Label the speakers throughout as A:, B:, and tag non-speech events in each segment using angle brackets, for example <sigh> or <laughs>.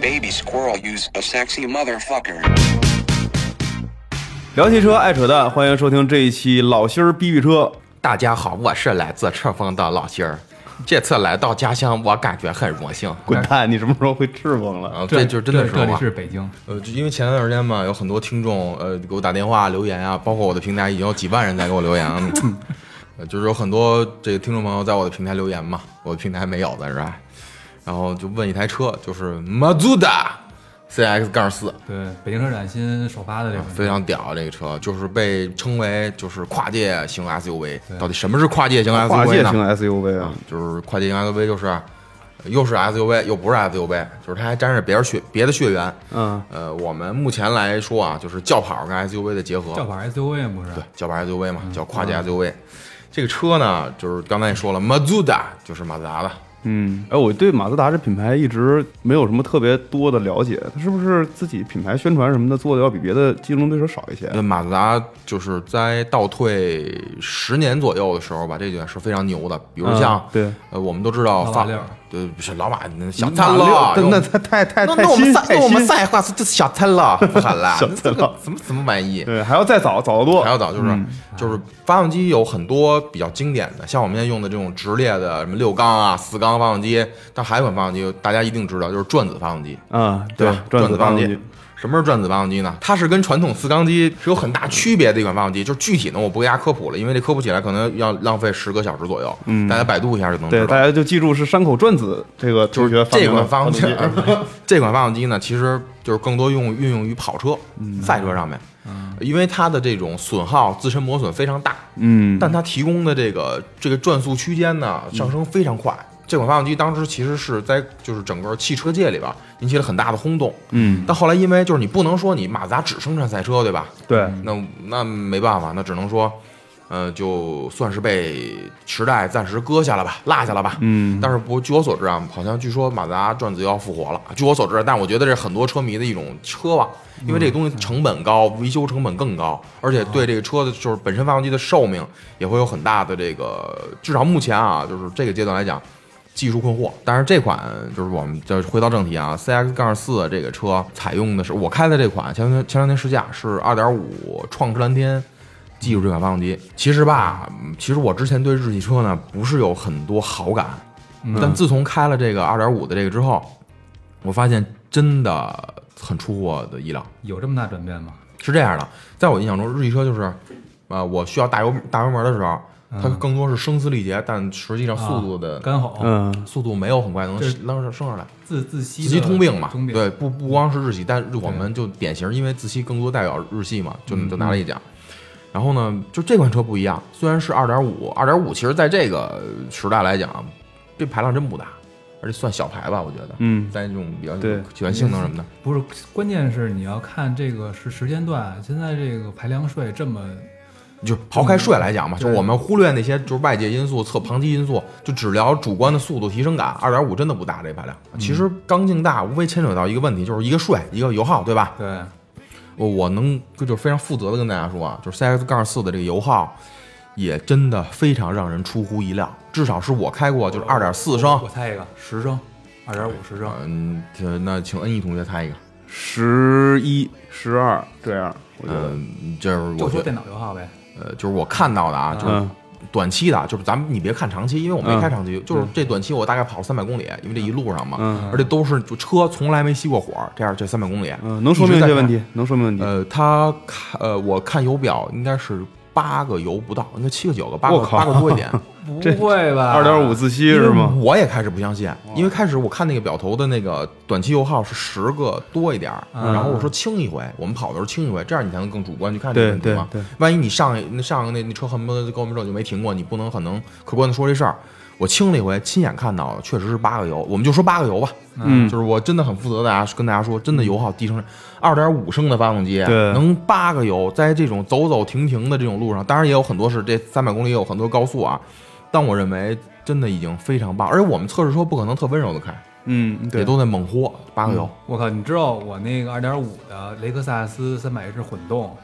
A: Baby squirrel use a sexy motherfucker.
B: 聊汽车爱扯淡，欢迎收听这一期老心儿逼逼车。
C: 大家好，我是来自赤峰的老心儿。这次来到家乡，我感觉很荣幸。
B: 滚蛋！你什么时候会赤峰了？
C: 啊，这就真的是
D: 这里
C: 我。
D: 是北京，
C: 呃，就因为前段时间嘛，有很多听众呃给我打电话留言啊，包括我的平台已经有几万人在给我留言
D: <laughs>
C: 了，呃就是有很多这个听众朋友在我的平台留言嘛，我的平台没有的是吧？啊然后就问一台车，就是 Mazda CX 杠四，
D: 对，北京车展新首发的这款
C: 非常屌啊这个车，就是被称为就是跨界型 SUV。到底什么是跨界型 SUV 呢？
B: 跨界型 SUV 啊，
C: 就是跨界型 SUV，就是呃又是 SUV 又不是 SUV，就是它还沾着别人血别的血缘。
B: 嗯，
C: 呃，我们目前来说啊，就是轿跑跟 SUV 的结合，
D: 轿跑 SUV 不是？
C: 对，轿跑 SUV 嘛，叫跨界 SUV。这个车呢，就是刚才也说了，Mazda 就是马自达的，
B: 嗯，哎，我对马自达这品牌一直没有什么特别多的了解，它是不是自己品牌宣传什么的做的要比别的竞争对手少一些？
C: 那马自达就是在倒退十年左右的时候吧，这点是非常牛的。比如像、
B: 嗯对，
C: 呃，我们都知道
D: 老马
C: 发
D: 六，
C: 对，不是老马那小
B: 马
C: 灿
B: 嗯六
C: 了，
B: 但
C: 有
B: 那它太太
C: 那
B: 哎太
C: 那我们
B: 新
C: 赛，
B: 太
C: 那我们
B: 新，
C: 赛话是这小灿了，不喊了，
B: <laughs> 小
C: 那
B: 灿
C: 这个
B: 了
C: 怎么怎么满意？
B: 对，嗯还要再早早得多
C: 还。要早就是、就是发动机有很多比较经典的，像我们现在用的这种直列的什么六缸啊、四缸发动机，但还有一款发动机大家一定知道，就是转子发动机。
B: 啊，
C: 对
B: 吧
C: 吧？？
B: 转
C: 子
B: 发
C: 发
B: 动
C: 动机。什么是转子发动机呢？它是跟传统四缸机是有很大区别的一款发动机，就是具体呢我不给大家科普了，因为这科普起来可能要浪费十个小时左右，嗯大家百度一下就能
B: 对，
C: 知
B: 大
C: 道。
B: 家就记住是山口转子这个
C: 就
B: 同学
C: 是
B: 发
C: 这
B: 明的
C: 款发动机
B: 发动，
C: <laughs> 这款发动机呢，其实就是更多用运用于跑车、
B: 嗯
C: 赛车上面，因为它的这种损耗自身磨损非常大，
B: 嗯，
C: 但它提供的这个这个转速区间呢上升非常快。这款发动机当时其实是在就是整个汽车界里边引起了很大的轰动，
B: 嗯，
C: 但后来因为就是你不能说你马自达只生产赛车，对吧？
B: 对，
C: 那那没办法，那只能说，呃，就算是被时代暂时搁下了吧，落下了吧。
B: 嗯
C: 但是不，据我所知啊，好像据说马自达转子要复活了。据我所知，但我觉得这是很多车迷的一种奢望，因为这个东西成本高，维修成本更高，而且对这个车的就是本身发动机的寿命也会有很大的这个，至少目前啊，就是这个阶段来讲。技术困惑，但是这款就是我们就是回到正题啊，CX 杠四这个车采用的是我开的这款，前两天前两天试驾是二点五创驰蓝天技术这款发动机。其实吧，嗯其实我之前对日系车呢不是有很多好感，但自从开了这个二点五的这个之后，我发现真的很出乎我的意料。
D: 有这么大转变吗？
C: 是这样的，在我印象中，日系车就是，啊、我需要大油大油门的时候，它更多是声嘶力竭，但实际上速度的、
D: 嗯啊干吼，
B: 嗯，
C: 速度没有很快能
D: 这是
C: 能升上来。
D: 自自吸
C: 自吸通病嘛
D: 通，病
C: 对，不不光是日系，但日我们就典型，因为自吸更多代表日系嘛，就
D: 嗯
C: 就拿了一讲。然后呢，就这款车不一样，虽然是二点五，二点五其实在这个时代来讲，啊这排量真不大，而且算小排吧，我觉得，
B: 嗯
C: 在这种比较
B: 对
C: 喜欢性能什么的，
D: 不是，关键是你要看这个是时间段，现在这个排量税这么
C: 就是刨开税来讲嘛，就是
D: 嗯对
C: 我们忽略那些就是外界因素、侧旁击因素，就只聊主观的速度提升感。二点五真的不大这排量，
D: 嗯
C: 其实刚性大无非牵扯到一个问题，就是一个税，一个油耗，对吧？
D: 对，
C: 我我能就是非常负责的跟大家说啊，就是 CX 杠四的这个油耗，也真的非常让人出乎意料，至少是我开过就是二点四升
D: 我，猜一个十升，二点五十升，
C: 嗯，这那请 N 一同学猜一个，
B: 十一、十二这样，我觉得，
C: 嗯，就是
D: 就
C: 我
D: 说
C: 觉得
D: 电脑油耗呗，
C: 呃，就是我看到的啊，就是
B: 嗯
C: 短期的，就是咱们你别看长期，因为我没开长期，就是这短期我大概跑三百公里，因为这一路上嘛，
B: 嗯
C: 而且都是就车从来没熄过火，这样这三百公里，
B: 嗯，能说明
C: 一直
B: 这
C: 在
B: 问
C: 看
B: 题，能说明问题。
C: 呃，他看呃，我看油表应该是八个油不到，应该七个九个，八
B: 我
C: 个
B: 靠 <laughs>
C: 八个多一点。
D: 不会吧？
B: 二点五自吸
C: 因为
B: 是吗？哦
C: 我也开始不相信，因为开始我看那个表头的那个短期油耗是十个多一点儿，
D: 嗯
C: 然后我说清一回，我们跑的时候清一回，这样你才能更主观去看这个问题
B: 对
C: 嘛
B: 对对。
C: 万一你上一那上个那那车恨不得跟我们说就没停过，你不能很能客观的说这事儿。我清了一回，亲眼看到的确实是八个油，我们就说八个油吧。
B: 嗯
C: 就是我真的很负责，大家跟大家说，真的油耗低成二点五升的发动机，啊
B: 对
C: 能八个油，在这种走走停停的这种路上，当然也有很多是这三百公里也有很多高速啊，但我认为真的已经非常棒，而且我们测试车不可能特温柔的开，
B: 嗯，
C: 也
B: 对，
C: 都在猛豁八个油，
D: 我靠！你知道我那个二点五的雷克萨斯三百 H 混动，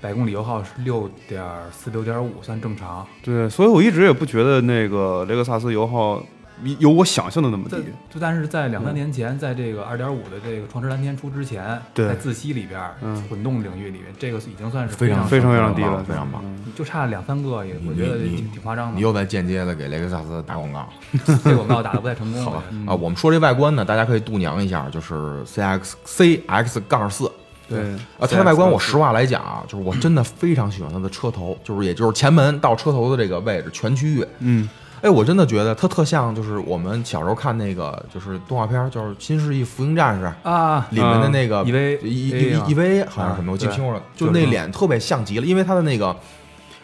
D: 百公里油耗是六点四六点五，算正常。
B: 对，所以我一直也不觉得那个雷克萨斯油耗有我想象的那么低
D: 但。就但是在
C: 嗯
D: 两三年前，在这个二点五的这个创驰蓝天出之前，
B: 对
D: 在自吸里边儿，
B: 嗯
D: 混动领域里面，这个已经算是
C: 非常
B: 非常非常
C: 棒
B: 低了，
C: 非常棒
B: 嗯。
D: 就差两三个也，我
C: 你
D: 觉得
C: 你
D: 挺挺夸张
C: 你
D: 的。
C: 又在间接的给雷克萨斯打广告，
D: 这广告打的不太成
C: <laughs>
D: 功，
C: 好吧
D: 我觉得？
B: 嗯
C: 啊，我们说这外观呢，大家可以度娘一下，就是 C X C X 杠四，
B: 对
C: 啊，它的外观我实话来讲啊，就是我真的非常喜欢它的车头，就是也就是前门到车头的这个位置全区域。
B: 嗯，
C: 哎，我真的觉得它特像就是我们小时候看那个就是动画片儿，就是《新世纪福音战士》
D: 啊，
C: 里面的那个
D: 嗯 EVA
C: 一
D: EVA 啊
C: E V 好像是什么，我记不
D: 对
C: 清楚了。就那脸特别像极了，因为它的那个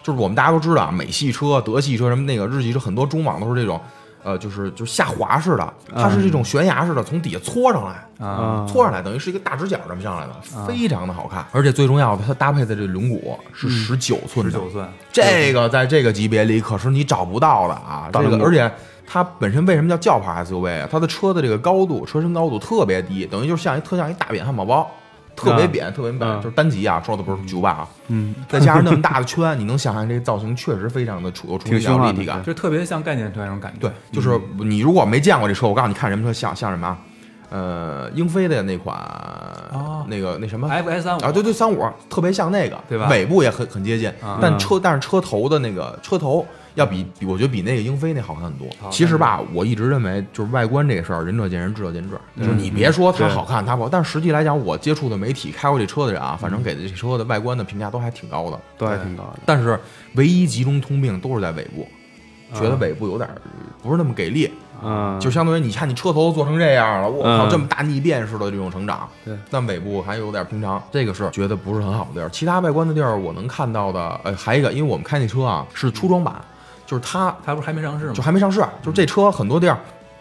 C: 就是我们大家都知道啊，美系车、德系车什么那个日系车，很多中网都是这种。呃，就是就是下滑式的，它是这种悬崖式的，从底下搓上来，
D: 啊，
B: 嗯
C: 搓上来，等于是一个大直角这么上来的，非常的好看。嗯而且最重要的，它搭配的这轮毂是十九寸
D: 十
C: 的，
D: 九寸，
C: 这个在这个级别里可是你找不到的啊。
B: 大
C: 这
B: 轮毂
C: 个，而且它本身为什么叫轿牌 SUV 啊？它的车的这个高度，车身高度特别低，等于就像一特像一大扁汉堡包。特别扁，特别扁，
B: 嗯
C: 就是单极啊，说的不是九百 <laughs> 啊，
B: 嗯，
C: 再加上那么大的圈，你能想象这个造型确实非常的出有冲
B: 挺
C: 击
B: 凶
C: 力
B: 悍的
C: 立体感，
D: 就特别像概念车那种感觉。
C: 对，就是你如果没见过这车，我告诉你看什么车像像什么啊？呃，英菲的那款，
D: 哦
C: 那个那什么
D: ，F S 三五
C: 啊，对对，三五特别像那个，
D: 对吧
C: 尾部也很很接近，
D: 啊
C: 但车但是车头的那个车头要比比我觉得比那个英菲那好看很多。其实吧，我一直认为就是外观这个事儿，仁者见仁，智者见智。就是你别说它好看，它不好，但实际来讲，我接触的媒体开过这车的人啊，反正给这车的外观的评价都还挺高的。
B: 都还挺高的。
C: 但是唯一集中通病都是在尾部，觉得尾部有点儿不是那么给力，
B: 嗯，
C: 就相当于你看你车头做成这样了，我靠，
B: 嗯
C: 这么大逆变式的这种成长，
B: 对
C: 但尾部还有点平常，这个是觉得不是很好的地儿。其他外观的地儿我能看到的，呃，还有一个，因为我们开那车啊是出装版，
B: 嗯
C: 就是它
D: 它不是还没上市吗
C: 就？还没上市，啊就是这车很多地儿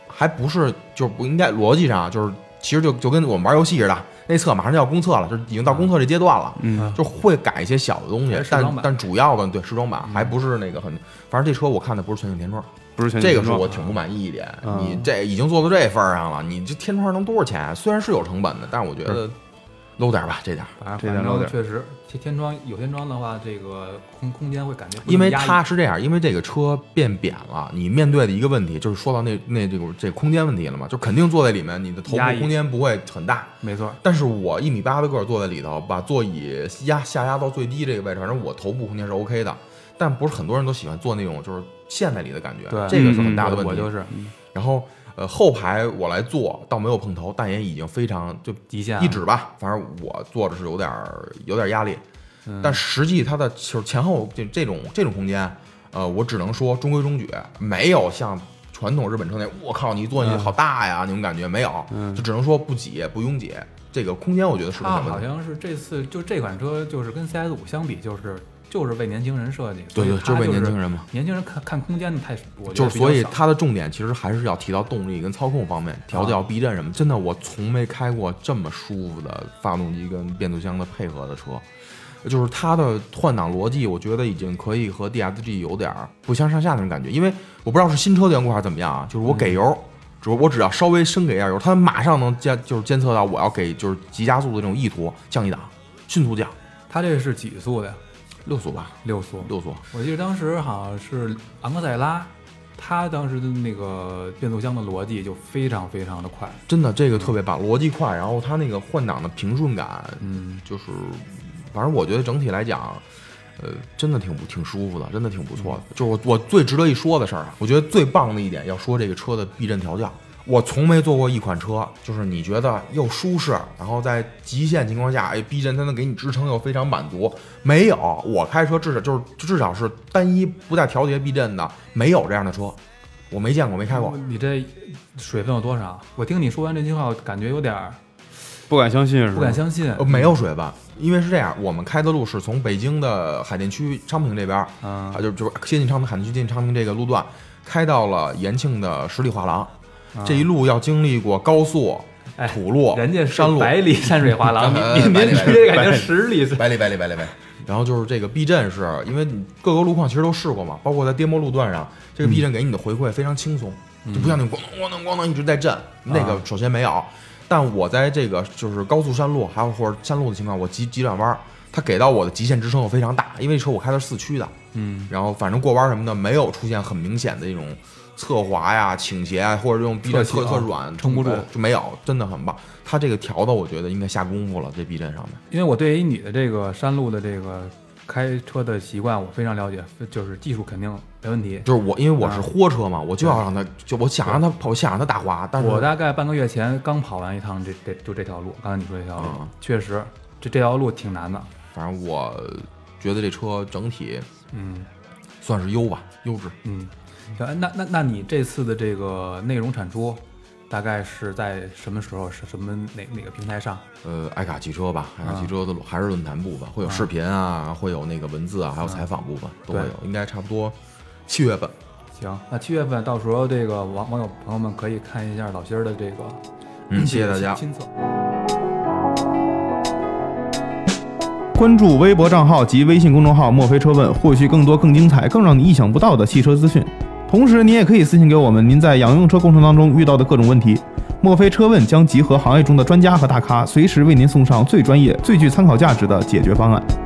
C: 还不是，就是不应该逻辑上啊就是其实就就跟我们玩游戏似的，内测马上就要公测了，就是已经到公测这阶段了，
B: 嗯，
C: 就会改一些小的东西
D: 还是，试装
C: 但
D: 版
C: 但主要的对试装版还不是那个很，反正这车我看的不是全景天窗，
B: 不是全
C: 这个是
B: 是
C: 我挺不满意一点。
B: 嗯
C: 你这已经做到这份儿上了，你这天窗能多少钱啊？虽然是有成本的，但是我觉得 low 点儿吧，这点儿。
D: 反
B: 这
D: 正啊
B: 点
D: 反
B: 漏
D: 正
B: 点
D: 确实，天天窗有天窗的话，这个空空间会感觉不
C: 因为
D: 那么压抑
C: 它是这样，因为这个车变扁了，你面对的一个问题就是说到那那这个这空间问题了嘛，就肯定坐在里面，你的头
D: 压
C: 部
D: 抑
C: 空间不会很大。
D: 没错，
C: 但是我一米八的个儿坐在里头，把座椅压下压到最低这个位置，反正我头部空间是 OK 的。但不是很多人都喜欢坐那种就是陷在里的感觉，
D: 对，
C: 这个是很大的
D: 嗯
C: 问题。
D: 我就是
C: 然后呃后排我来坐，倒没有碰头，但也已经非常就
D: 极限啊
C: 一指吧，反正我坐着是有点儿有点儿压力，
D: 嗯
C: 但实际它的就是前后这这种这种空间，呃，我只能说中规中矩，没有像。传统日本车那，我靠，你坐进
D: 嗯
C: 去好大呀，那种感觉没有，就只能说不挤不拥挤，这个空间我觉得是个
D: 它
C: 小
D: 啊好
C: 问题。
D: 像是这次就这款车就是跟 CS 五相比，就是就是为年轻人设计，
C: 对对，
D: 所以它
C: 为
D: 就
C: 年
D: 是
C: 轻人嘛，
D: 年轻人看看空间的太，我觉
C: 就
D: 得
C: 是所以
D: 比较少
C: 它的重点其实还是要提到动力跟操控方面，
D: 啊
C: 调教、避震什么。真的，我从没开过这么舒服的发动机跟变速箱的配合的车。就是它的换挡逻辑，我觉得已经可以和 DSG 有点儿不相上下那种感觉，因为我不知道是新车的缘故还是怎么样啊，就是我给油，
D: 嗯
C: 只我只要稍微深给一下油，它马上能监就是监测到我要给就是急加速的这种意图，降一档，迅速降
D: 它这是几速的呀？
C: 六速吧，
D: 六速。
C: 六速，
D: 我记得当时好像是昂克赛拉，它当时的那个变速箱的逻辑就非常非常的快，
C: 真的这个特别棒，逻辑快，然后它那个换挡的平顺感，
D: 嗯，
C: 就是，反正我觉得整体来讲，呃，真的挺不挺舒服的，真的挺不错的。就是我我最值得一说的事儿啊，我觉得最棒的一点要说这个车的避震调教。我从没坐过一款车，就是你觉得又舒适，然后在极限情况下，哎，逼真它能给你支撑又非常满足。没有，我开车至少就是至少是单一不带调节避震的，没有这样的车，我没见过，没开过。
D: 你这水分有多少？我听你说完这句话，我感觉有点儿
B: 不敢相信是吧？
D: 不敢相信。
C: 呃，没有水吧？因为是这样，我们开的路是从北京的海淀区昌平这边儿，
D: 啊
C: 啊，就就是先进昌平，海淀区接近昌平这个路段，开到了延庆的十里画廊，这一路要经历过高速、
D: 嗯哎
C: 土路、
D: 人家是
C: 山路、
D: 百里山嗯水画 <laughs> 廊，
C: 呃
D: 您
C: 百
D: 您
C: 里
D: 直接感觉十里
C: 百里百里百里百里。然后就是这个避震是，啊因为你各个路况其实都试过嘛，包括在颠簸路段上，这
D: 嗯
C: 个避震给你的回馈非常轻松，就不像那种咣当咣当咣当一直在震，
D: 嗯
C: 那
D: 啊
C: 个首先没有。但我在这个就是高速山路，还有或者山路的情况，我急急转弯，它给到我的极限支撑又非常大，因为这车我开的是四驱的，嗯，然后反正过弯什么的没有出现很明显的这种侧滑呀、倾斜啊，或者这种避震
D: 侧
C: 特
D: 倾
C: 特
D: 啊
C: 软
D: 撑不住
C: 就没有，真的很棒。它这个调的我觉得应该下功夫了，这避震上面。
D: <laughs> 因为我对于你的这个山路的这个开车的习惯，我非常了解，就是技术肯定没问题。
C: 就是我，因为我
D: 嗯
C: 是豁车嘛，我就要让他，就我想让他跑，我想让他打滑，但是
D: 我大概半个月前刚跑完一趟这这就这条路，刚才你说这条路，
C: 嗯
D: 确实这这条路挺难的。
C: 反正我觉得这车整体
D: 嗯
C: 算是优吧，优质。
D: 嗯，行，哎那那那你这次的这个内容产出，大概是在什么时候？是什么哪哪个平台上？
C: 呃，爱卡汽车吧，
D: 嗯
C: 爱卡汽车的论还是论坛部分，会有视频啊，会有那个文字啊，还有采访部分都会
D: 对
C: 有，应该差不多七月份。
D: 行，那七月份到时候这个网网友朋友们可以看一下老新儿的这个，
C: 嗯，谢谢大家。
D: 亲测。
B: 关注微博账号及微信公众号“墨菲车问”，获取更多更精彩、更让你意想不到的汽车资讯。同时，您也可以私信给我们您在养用车过程当中遇到的各种问题。墨菲车问将集合行业中的专家和大咖，随时为您送上最专业、最具参考价值的解决方案。